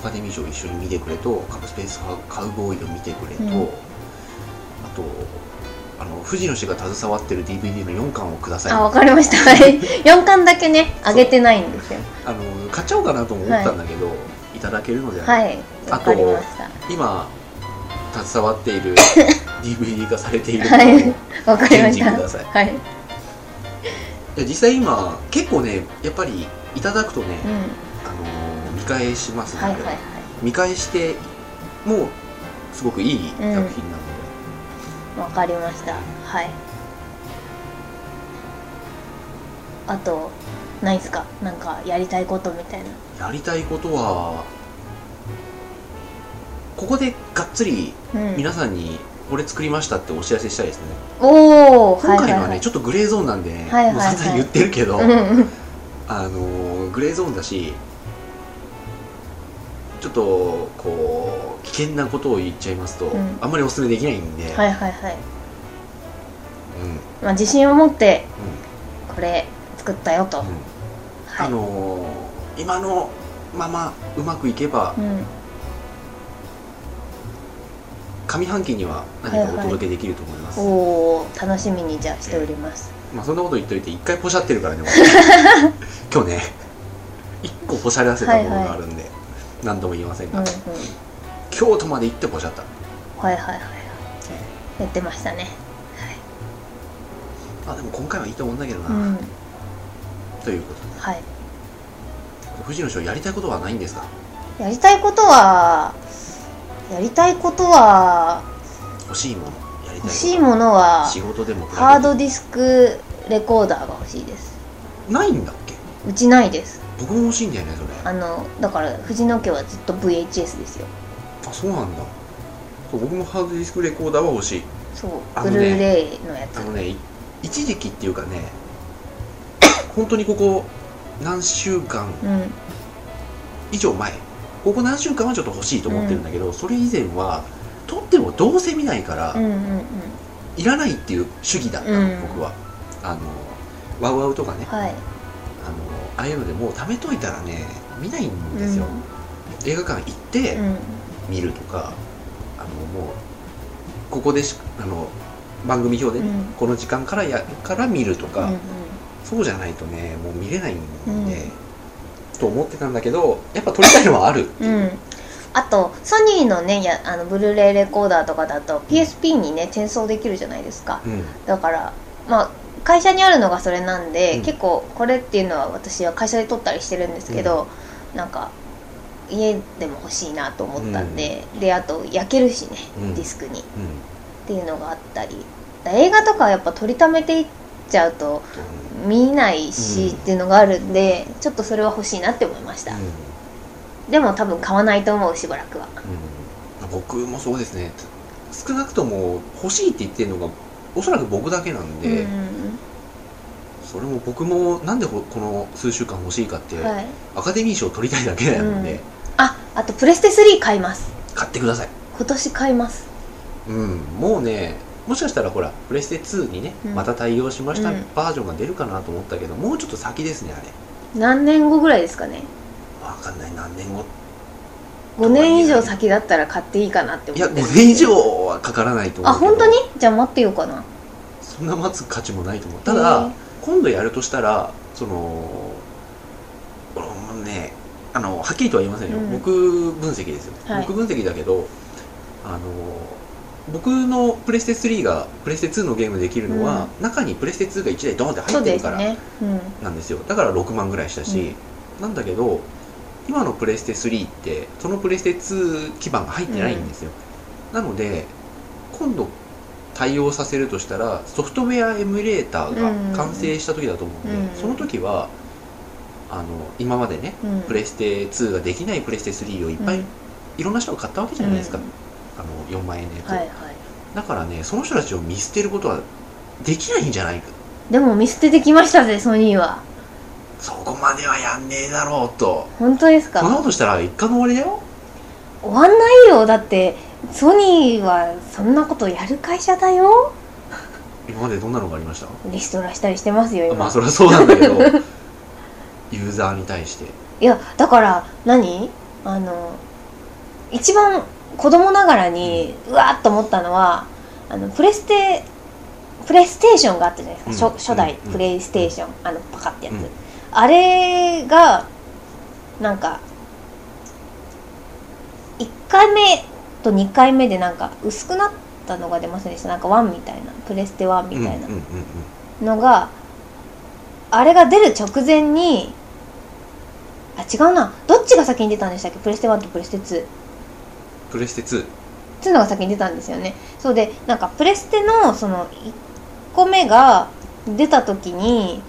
A: アカデミー賞一緒に見てくれとカスペースカウボーイを見てくれと、
B: うん
A: あとあの藤野氏が携わってる DVD の4巻をください
B: あ、わ
A: あ
B: かり
A: [laughs]
B: ました。はい。4巻だけね、上げてないんですよ。
A: の買っちゃおうかなとも思ったんだけど、い、ただけるのであれば
B: はい。わかりました。
A: 今携わってい
B: [laughs]
A: る DVD 化されているものを
B: はい
A: い
B: わかりまし
A: 返事く
B: た。
A: ださい
B: はい。
A: や実際今結構ねやっぱりいただくとね、
B: うん。
A: あのー見返しますね、
B: はい
A: これ
B: はいはい。
A: 見返してもすごくいい作品なので、
B: わかりました。はい。あと、ないですかなんかやりたいことみたいな。
A: やりたいことはここでがっつり
B: うん。
A: 皆さんにこれ作りましたってお知らせしたいですね、
B: おお、
A: 今回のはね、
B: はい
A: ちょっとグレーゾーンなんで、
B: はいはい
A: もう散々言ってるけど、
B: はいはい、うんうん
A: あのーグレーゾーンだしちょっとこう危険なことを言っちゃいますと、
B: うん
A: あんまりお勧めできないんで、
B: はいはいはい。
A: うんうん
B: まあ自信を持ってこれ作ったよと。
A: うん
B: は
A: あ
B: い。
A: のー今のままうまくいけば
B: うん。
A: 上半期には何かお届けできると思います、
B: おお楽しみにじゃあしております、
A: まあそんなこと言っといて一回ポシャってる
B: [laughs]
A: からね今日ね一個ポシャらせたものがあるんで、何とも言いません
B: うん
A: が、
B: うん
A: 京都まで行ってポシャった
B: はいはいはいやってましたね
A: あでも今回はいいと思うんだけどな、
B: うん
A: ということ
B: はい
A: で藤野師匠やりたいことはないんですか
B: やりたいことはやりたいことは
A: 欲しいものやりたいこと
B: 欲しいものは
A: 仕事でもプラ
B: ハ
A: イ
B: ー
A: ベー
B: ドディスクレコーダーが欲しいです
A: トないんだっけ
B: うちないです
A: 僕も欲しいんだよねそれ
B: あのだから藤野家はずっと VHS ですよ
A: あそうなんだそう僕もハードディスクレコーダーは欲しい
B: そう
A: あの
B: ブ
A: ね
B: ルーレイのやつ
A: あのねい一時期っていうかね本当にここ何週間
B: うん
A: 以上前ここ何週間はちょっと欲しいと思ってるんだけど、それ以前は撮ってもどうせ見ないから、
B: うんうんうん
A: いらないっていう主義だったの、
B: うん
A: 僕はあのワウワウとかね
B: はい
A: あのああいうのでもう貯めといたらね見ないんですよ、映画館行って
B: うん
A: 見るとか、あのもうここでしあの番組表で、
B: うん
A: この時間からやから見るとか、
B: うんうん
A: そうじゃないとねもう見れないんで、
B: うん
A: と思ってたんだけどやっぱ撮りたいのはあるっていう、
B: うん、あとソニーのねやあのブルーレイレコーダーとかだと PSP にね転送できるじゃないですか
A: うん
B: だからまあ会社にあるのがそれなんで、
A: うん
B: 結構これっていうのは私は会社で撮ったりしてるんですけど、なんか家でも欲しいなと思ったんで、であと焼けるしね、
A: うん
B: ディスクにっ
A: うん
B: ていうのがあったりだ映画とかはやっぱ撮りためていっちゃうと
A: と思う
B: 見ないし
A: うん
B: っていうのがあるんで、ちょっとそれは欲しいなって思いました、
A: う
B: でも多分買わないと思うしばらくは
A: んうん、僕もそうですね少なくとも欲しいって言ってるのがおそらく僕だけなんで、
B: うん
A: それも僕もなんでここの数週間欲しいかって、
B: うんはい、
A: アカデミー賞取りたいだけなので、
B: うんああとプレステ3買います
A: 買ってください、
B: 今年買います
A: うん、もうねもしかしたらほらプレステ2にね、
B: うん
A: また対応しました
B: うん
A: バージョンが出るかなと思ったけど、もうちょっと先ですねあれ
B: 何年後ぐらいですかね
A: 分かんない何年後
B: 5年以上先だったら買っていいかなって
A: い
B: 思
A: や
B: っ
A: 5
B: てます
A: 年以上はかからないと思
B: あ
A: うけど
B: 本当にじゃあ待ってようかな
A: そんな待つ価値もないと思うただ、今度やるとしたらその俺もねあのはっきりとは言いませんよ、
B: うん
A: 僕分析ですよ、
B: はい
A: 僕分析だけどあの僕のプレステ3がプレステ2のゲームできるのは、中にプレステ2が1台ドーンって
B: そ
A: 入
B: う
A: って
B: で
A: る
B: す
A: から
B: ねうん
A: なんですよだから6万ぐらいしたし、なんだけど今のプレステ3ってそのプレステ2基盤が入ってないんですよ、なので今度対応させるとしたらソフトウェアエミュレーターが完成した時だと思うんで、
B: うん
A: その時はあの今までね
B: うん
A: プレステ2ができないプレステ3をいっぱい、いろんな人が買ったわけじゃないですか、
B: うん
A: あの4万円のやつ、
B: はいはい
A: だからねその人たちを見捨てることはできないんじゃないか
B: でも見捨ててきましたぜソニーは
A: そこまではやんねえだろうと
B: 本当です
A: そんな
B: か
A: ことしたら一家の終わりだよ
B: 終わんないよだってソニーはそんなことやる会社だよ
A: 今までどんなのがありました
B: リストラしたりしてますよ今、
A: まあそれはそうなんだ
B: [laughs]
A: けどユーザーに対して
B: いやだから何あの一番子供ながらにうわーっと思ったのはあのプレステプレイステーションがあったじゃないですか、
A: うん
B: 初初代
A: うん
B: プレイステーション、あのパカってや
A: う
B: つ、
A: ん
B: あれがなんか1回目と2回目でなんか薄くなったのが出ませんでしたなんか1みたいなプレステ1みたいな、
A: うんうんうん
B: のがあれが出る直前にあ違うなどっちが先に出たんでしたっけプレステ1とプレステ2
A: プレステ2
B: 2のが先に出たんですよねそうでなんかプレステのその1個目が出た時に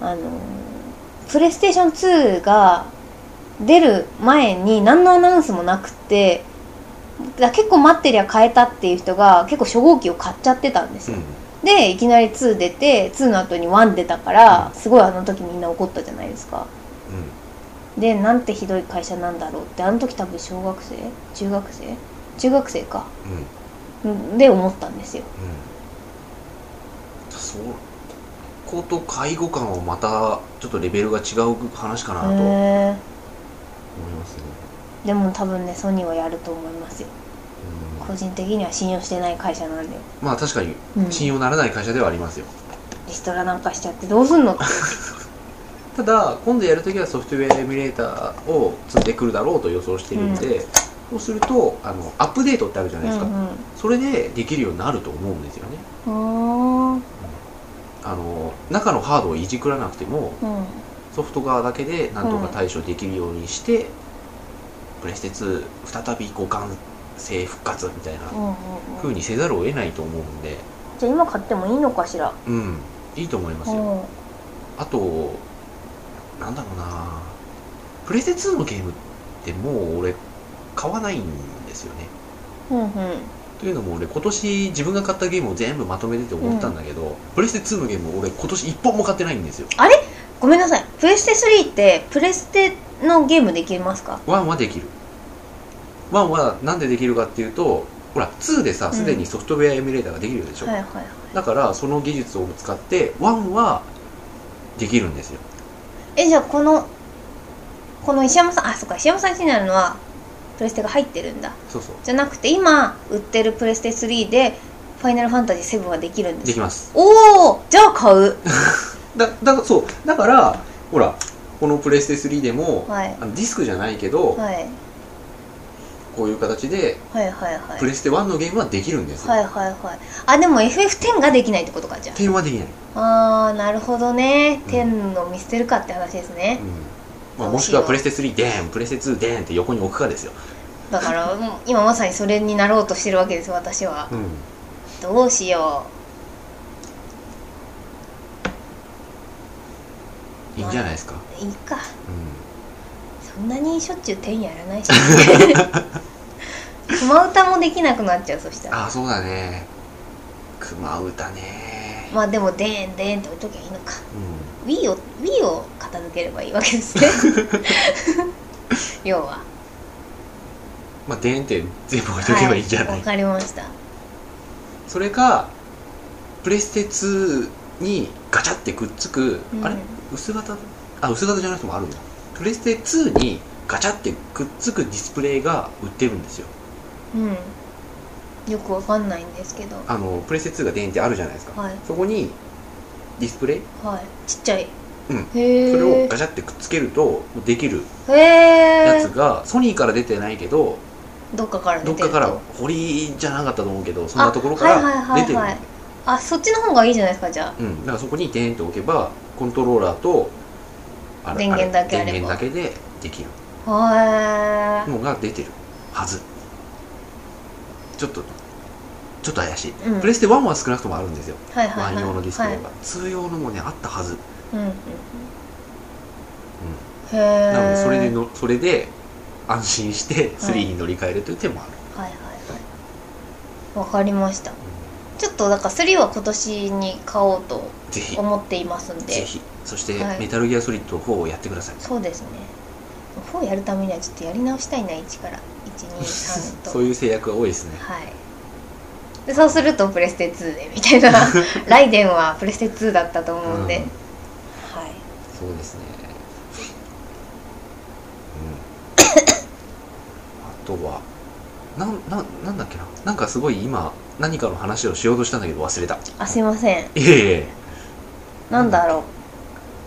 B: あのプレイステーション2が出る前に何のアナウンスもなくてだ結構待ってりゃ買えたっていう人が結構初号機を買っちゃってたんです
A: う
B: よ、
A: ん
B: でいきなり2出て2の後に1出たからすごいあの時みんな怒ったじゃないですかでなんてひどい会社なんだろうってあの時多分小学生中学生中学生か
A: うんうんうん
B: で思ったんですよ
A: そうこと介護官をまたちょっとレベルが違う話かなと
B: へ
A: 思い
B: え
A: ますね、
B: でも多分ねソニーはやると思いますよ
A: う
B: 個人的には信用してない会社なんだよ、
A: まあ確かに
B: うん、
A: 信用ならない会社ではありますよ、
B: リストラなんかしちゃってどうすんのって
A: ただ今度やるときはソフトウェアエミュレーターを積んでくるだろうと予想してるんで、そうするとあのアップデートってあるじゃないですか、
B: うんうん
A: それでできるようになると思うんですよね
B: あ
A: あの中のハードをいじくらなくても
B: ーうん
A: ソフト側だけでなんとか対処できるようにして、プレステ2再び互換性復活みたいな
B: うんうんう
A: 風
B: ん
A: にせざるを得ないと思うんで
B: じゃあ今買ってもいいのかしら
A: うんいいと思います
B: う
A: よ、
B: ん
A: あとなんだろうなプレステ2のゲームってもう俺買わないんですよね
B: うんうん
A: というのも俺今年自分が買ったゲームを全部まとめてて思ったんだけど、プレステ2のゲーム俺今年1本も買ってないんですよ
B: ごめんなさいプレステ3ってプレステのゲームできますか
A: 1はできる1はなんでできるかっていうとほら2でさすでにソフトウェアエミュレーターができるでしょ、
B: はいはいはい
A: だからその技術を使って1はできるんですよ
B: えじゃあこのこの石山さんあそっか石山さんちにあるのはプレステが入ってるんだ
A: そうそう
B: じゃなくて今売ってるプレステ3で「ファイナルファンタジー7」はできるんで
A: ですきます
B: おおじゃあ買う
A: だだそうだからほらこのプレステ3でも、
B: はい
A: あのディスクじゃないけど、
B: はい
A: こういう形で
B: はいはいはい
A: プレステ1のゲームはできるんですよ、
B: はいはいはいあでも FF10 ができないってことかじゃ
A: 点はできない、
B: ああーなるほどね
A: うん
B: 10を見捨てるかって話ですね
A: うんまあ、もしくはプレステ3でーんプレステ2でーんって横に置くかですよ、
B: だからもう今まさにそれになろうとしてるわけです私は
A: うん、
B: どうしよ
A: いいんじゃないですか、
B: ういいか
A: うん
B: そんなにしょっちゅう10やらないし [laughs] 熊歌もできなくなっちゃうそしたら
A: あそうだね熊歌ね
B: まあでも「でんでん」って置いときゃいいのか
A: う
B: Wii を Wii を片付ければいいわけですね
A: [laughs]
B: 要は
A: んまあ電って全部置いとけばいいんじゃな、
B: はいわかりました
A: それかプレステ2にガチャってくっつく、
B: うん
A: あれ薄型あ薄型じゃなくてもあるんだプレステ2にガチャってくっつくディスプレイが売ってるんですよ
B: うんよくわかんないんですけど
A: あのプレステ2が電ってあるじゃないですか、
B: はい
A: そこにディスプレイ
B: はいちっちゃい、
A: うん
B: へえ
A: それをガチャってくっつけるとできる
B: へ
A: やつ
B: え
A: がソニーから出てないけど
B: どっかから出て
A: どっ
B: る
A: かから
B: と
A: 堀じゃなかったと思うけどそんなところから出てるん
B: はいはいはい
A: だ
B: はい
A: よ
B: あそっちの方がいいじゃないですかじゃ
A: うん、だからそこにデーンと置けばコントローラーとあれ
B: 電源だけあ
A: あ
B: れ
A: れ
B: ば
A: 電源だけでできる
B: あへ
A: のが出てるはずちょっとちょっと怪しい、
B: え、うん、
A: プレステ1は少なくともあるんですよ
B: はい
A: ワ
B: はい
A: ン
B: はい
A: 用のディスプレイ
B: は
A: が、通用のもねあったはず、
B: い、うんうんうんへえ
A: なのでそれでのそれで安心して3に乗り換えるという手もある、
B: はいはいはいわかりましたちょっとだから3は今年に買おうと
A: ぜひ
B: 思っていますん
A: ぜ
B: で
A: ひそして、
B: はい
A: メタルギアソリッド4をやってください
B: そうですね4やるためにはちょっとやり直したいな1から123と
A: そういう制約が多いですね
B: はいでそうするとプレステ2でみたい
A: [laughs]
B: なライデンはプレステ2だったと思うんで、
A: うん
B: はい
A: そうですね。 [coughs] うん。あとは、なん、なん、なんだっけな。なんかすごい今、何かの話をしようとしたんだけど忘れた。
B: あすいません
A: いえいえ。
B: なんだろう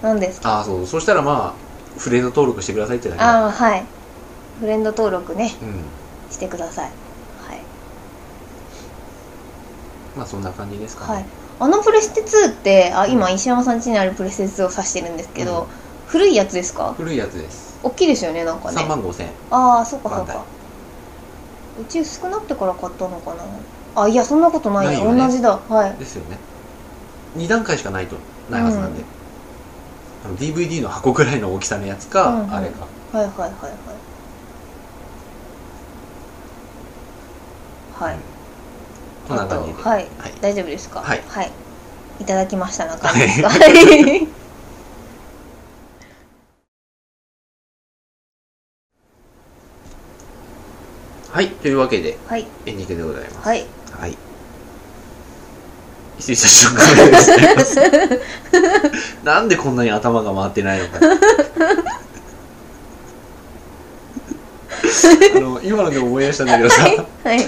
B: 何ですか
A: ああ、そう。そしたらまあ、フレンド登録してくださいってだけだ。
B: ああはいフレンド登録ね
A: うん。
B: してくださいはい、
A: まあそんな感じですかね。
B: はい、あのプレステ2ってあ今
A: うん
B: 石山さん家にあるプレステ2を指してるんですけど、
A: うん
B: 古いやつですか
A: 古いやつです。
B: 大きいですよねなんかね
A: 3万5千円。
B: ああそうかそう
A: バンダイ
B: かうち薄くなってから買ったのかなあいやそんなことない
A: ない
B: よ
A: よね
B: 同じだはい
A: ですよね。2段階しかないと、ないはずなんで。あの DVD の箱ぐらいの大きさのやつか、
B: うんうん
A: あれか。
B: はいはいはいはいはい
A: こんな感じで。
B: あとはい、
A: はい
B: 大丈夫ですか
A: はい
B: い、いただきました中ですかはい
A: はい。というわけで、
B: はい
A: エンディングでございます。
B: はい
A: はい。失礼しました。ございます。なんでこんなに頭が回ってないのか。あの今ので思い出したんだけどさ、
B: はい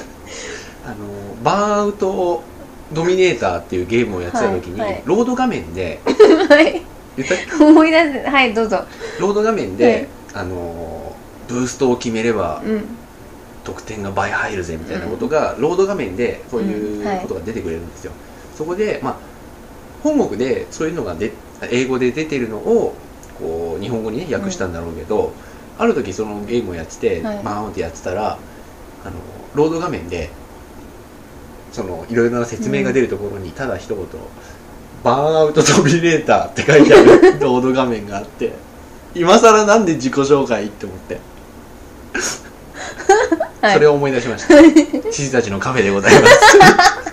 A: バーンアウトドミネーターっていうゲームをやってた時に、
B: はいはい
A: ロード画面で
B: はい
A: 言ったっけ
B: 思い出すはいどうぞ
A: ロード画面で、あのーブーストを決めれば
B: うん
A: 得点が倍入るぜみたいなことが、ロード画面でそうい
B: んはいう
A: ことが出てくれるんですよ、そこでまあ本国でそういうのがで英語で出てるのをこう日本語にね訳したんだろうけど、ある時そのゲームをやってて、
B: はい
A: バーンってやってたらあのロード画面でそのいろいろな説明が出るところにただ一言「バーンアウトドミネーター」って書いてあ [laughs] るロード画面があって今更なんで自己紹介って思って
B: はい
A: それを思い出しま
B: [laughs]
A: した。知事たちのカフェでございます。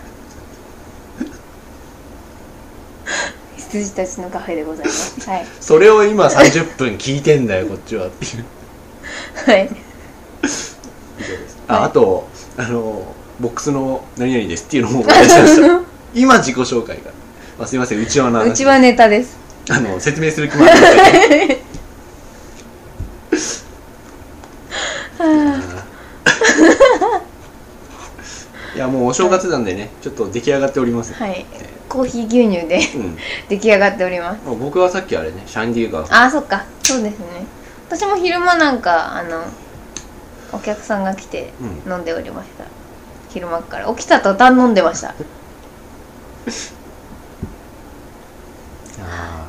B: 羊たちのカフェでございますはい
A: それを今30分聞いてんだよ、こっちはっていう。
B: はい
A: あ、
B: はい
A: あと、あの、ボックスの何々ですっていうのも思い出しま
B: [laughs]
A: した。今自己紹介が。まあ、すいません、うちわの話。
B: うちはネタです
A: あの、説明する気もありませんけど。
B: [laughs]
A: いや、もうお正月なんでね、ちょっと出来上がっております。
B: はいコーヒー牛乳で
A: うん。
B: 出来上がっております
A: まあ僕はさっきあれね、シャンディーガー。
B: あーそっかそうですね私も昼間なんかあのお客さんが来て
A: うん。
B: 飲んでおりました昼間から起きた途端飲んでました
A: [laughs] あ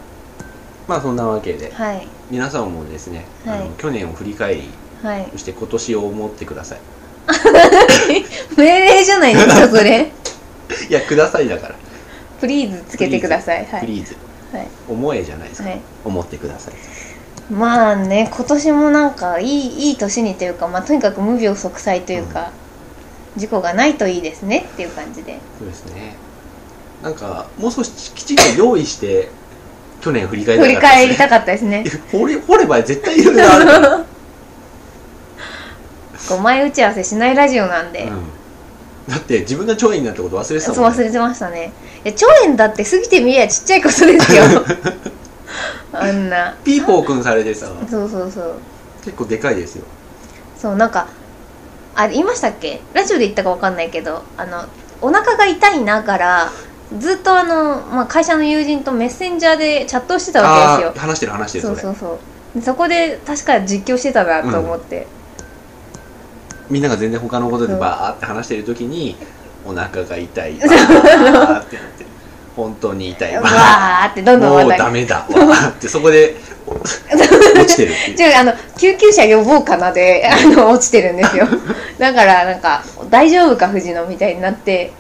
A: ーまあ、そんなわけで。
B: はい
A: 皆さんもですね、
B: はい
A: あの去年を振り返り
B: はい
A: そして今年を思ってください
B: 命令じゃないですかそれ
A: いやくださいだから
B: プリーズつけてくださいは
A: プ
B: い
A: リーズ
B: はい、
A: 思えじゃないですか、
B: はい、
A: 思ってください
B: まあね今年もなんかいいいい年にというか、まあ、とにかく無病息災というか、事故がないといいですねっていう感じで
A: そうですねなんかもう少しきちんと用意して去年振り返
B: 振り
A: りたかった
B: 返
A: で
B: り
A: すね
B: たかったですね
A: 掘れ掘れば絶対いろいろあるから、
B: [laughs]
A: うん、
B: こう前打ち合わせしないラジオなんで、
A: だって自分が超員になったこと忘れてた
B: そう
A: もん、
B: 忘
A: ね、
B: れてましたねいや兆円だって過ぎてみりゃちっちゃいことで
A: [laughs]
B: すよあんな
A: ピーポーくんされてさ
B: そうそうそう
A: 結構でかいですよ
B: そうなんかあれ言いましたっけラジオで言ったかわかんないけどあのお腹が痛いながらずっとあの、まあ、会社の友人とメッセンジャーでチャットをしてたわ
A: あ
B: け
A: あ
B: で
A: ー話してる話して
B: すよ
A: る
B: そ
A: そうれ
B: そうそうでそこで確か実況してたなと思って、
A: みんなが全然他のことでバーって話してる時にお腹が
B: [laughs]
A: 痛いバーってなって本当に痛い
B: わ
A: バー
B: ーってどんどん
A: もう
B: また
A: ダメだわーってそこ
B: [laughs]
A: でお落ちてるっていう
B: 違うあの救急車呼ぼうかなで [laughs] あの落ちてるんですよだからなんか「大丈夫か藤野」みたいになって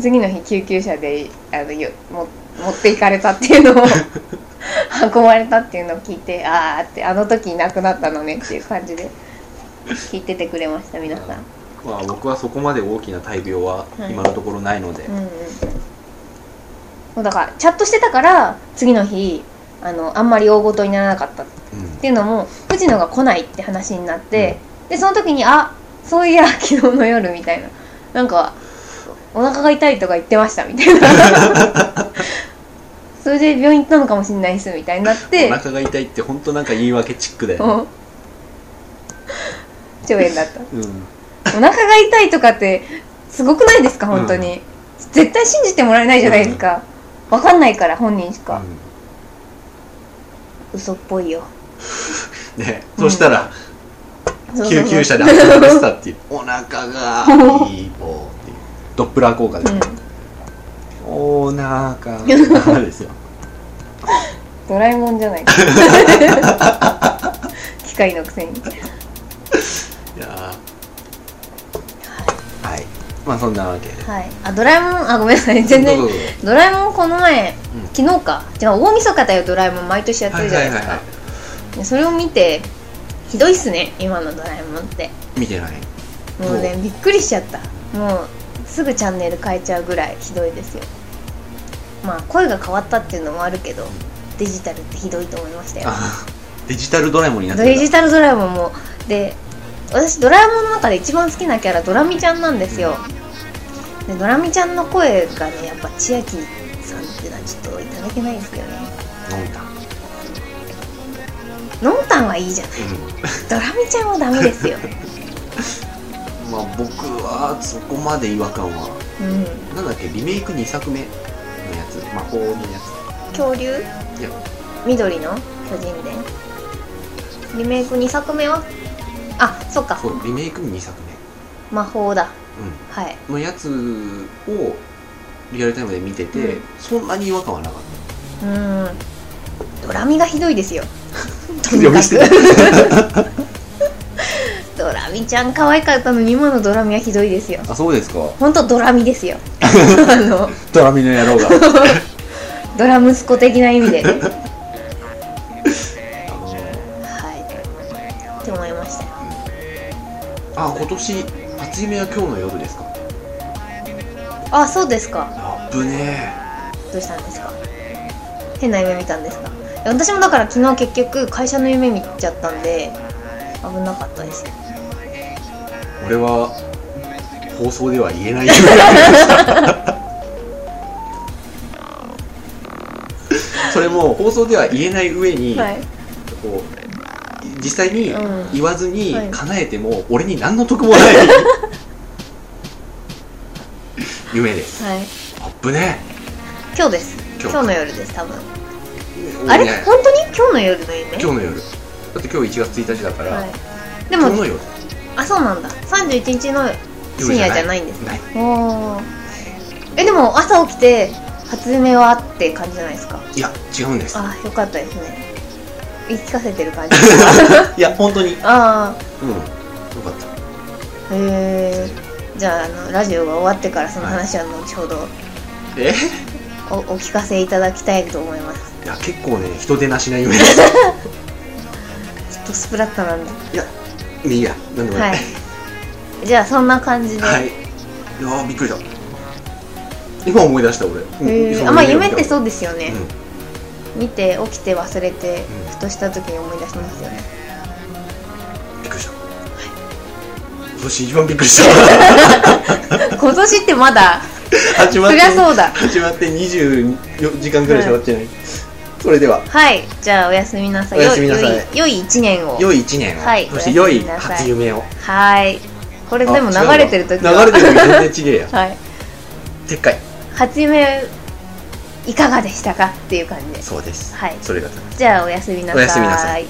B: 次の日救急車であのよも持っていかれたっていうのを運ばれたっていうのを聞いてああってあの時いなくなったのねっていう感じで聞いててくれました皆さん、
A: まあ僕はそこまで大きな大病は今のところないので、
B: うんうんそうだからチャットしてたから次の日あのあんまり大ごとにならなかった
A: うん
B: っていうのも藤野が来ないって話になって、でその時にあそういや昨日の夜みたいななんかお腹が痛いとか言ってましたみたいな
A: [laughs]
B: それで病院行ったのかもしれないですみたいになって
A: お腹が痛いって本当なんか言い訳チックだよね、
B: うん腸炎だった
A: うん
B: お腹が痛いとかってすごくないですか本当に、絶対信じてもらえないじゃないですか、わかんないから本人しか、嘘っぽいよ
A: うんね、そしたら
B: そうそうそう
A: 救急車で運ばれてたっていうお腹がいいもうっていうドップラー効果で
B: う
A: す、
B: ん
A: お腹
B: [laughs]
A: がですよ
B: ドラえもんじゃ [laughs] ないか機械のくせに
A: いやーはいまあそんなわけで
B: はいあドラえもんあごめんなさい全然
A: どうぞどうぞ
B: ドラえもんこの前、
A: うん
B: 昨日か違う大晦日だよドラえもん毎年やってるじゃないですか、
A: はいはい
B: でそれを見てひどいっすね今のドラえもんって
A: 見てない
B: もうね
A: そ
B: びっくりしちゃったもうすぐチャンネル変えちゃうぐらいひどいですよまあ声が変わったっていうのもあるけどデジタルってひどいと思いましたよ
A: あデジタルドラえもんになって
B: デジタルドラえもんもで私ドラえもんの中で一番好きなキャラドラミちゃんなんですよでドラミちゃんの声がねやっぱ千秋さんっていうのはちょっといただけないんですよね
A: 飲んだ、 [laughs]
B: のんたんはいいじゃないドラミちゃんはダメですよ
A: まあ、僕はそこまで違和感は
B: うん
A: なんだっけリメイク2作目のやつ魔法のや
B: 恐竜
A: ついや
B: 緑の巨人伝リメイク2作目はあそっか
A: そうリメイク2作
B: 魔法だ
A: 目、うん、
B: はい
A: のやつをリアルタイムで見てて、
B: うん
A: そんなに違和感はなかっ
B: うんドラミがひどいですよ
A: た呼び捨てだ
B: ドラミちゃん可愛かったのに今のドラミはひどいですよ
A: あそうですか
B: ほんとドラ
A: [laughs]
B: ミですよあの
A: ドラミの野郎が [laughs]
B: ドラ息子的な意味でね
A: あの
B: はいって思いましたよ
A: あ今年初夢は今日の夜ですか
B: あそうですか
A: あぶね
B: どうしたんですか変な夢見たんですかいや私もだから昨日結局会社の夢見ちゃったんで危なかったです
A: え俺は放送では言えない [laughs] 夢だそれも放送では言えない上に、
B: はい
A: こう実際に
B: うん
A: 言わずに
B: はい
A: 叶えても俺に何の得もない [laughs] 夢です
B: はい
A: あっぶね
B: 今日です
A: 今
B: 今
A: 日
B: 日の夜です多分
A: え
B: あれ
A: ね
B: 本当に今日の夜の夢
A: 今日の夜だって今日1月1日だから、
B: はいで
A: 今日
B: も
A: の夜
B: あそうなんだ31日の深夜じゃないんです
A: ない
B: おーえでも朝起きて初夢はって感じじゃないですか
A: いや違うんです
B: あーよかったですね言い聞かせて
A: [laughs]
B: る感じあ
A: いや本当にうんよ
B: あ
A: かった
B: ーへえじゃああのラジオが終わってからその話は後ほど
A: え
B: おお聞かせいただきたいと思います
A: いや結構ね人出なしな [laughs] 夢ですい
B: ちょっとスプラッタなんで
A: やいいやなんでも
B: は
A: ない
B: いじゃあそんな感じで、
A: はい、い、やーびっくりした今思い出した俺、うん
B: へ
A: そ
B: ー
A: の
B: あまあ夢
A: を見
B: ったてそうですよね、
A: うん
B: 見て起きて忘れて、
A: うん
B: ふとした時に思い出しますよね [laughs]
A: びっくりした、今年一番びっくりした
B: [laughs] 今年ってまだ
A: 始ま
B: そ
A: って
B: りゃそうだ
A: 始まって24時間ぐらいしか経ってない、それでは
B: はいじゃあおやすみなさい
A: おやすみなさい
B: よい良い一年を
A: 良い1年を、
B: はい
A: そして良い
B: おやすみなさい
A: 初夢を
B: はいこれでも流
A: あ違うわ
B: れてる時
A: 流れてる時全然違えや
B: [laughs] はい
A: でっかい
B: 初夢いかがでしたかっていう感じです
A: そうです、
B: はい
A: それが正しい
B: じゃあおやすみなさ
A: おやすみなさい
B: い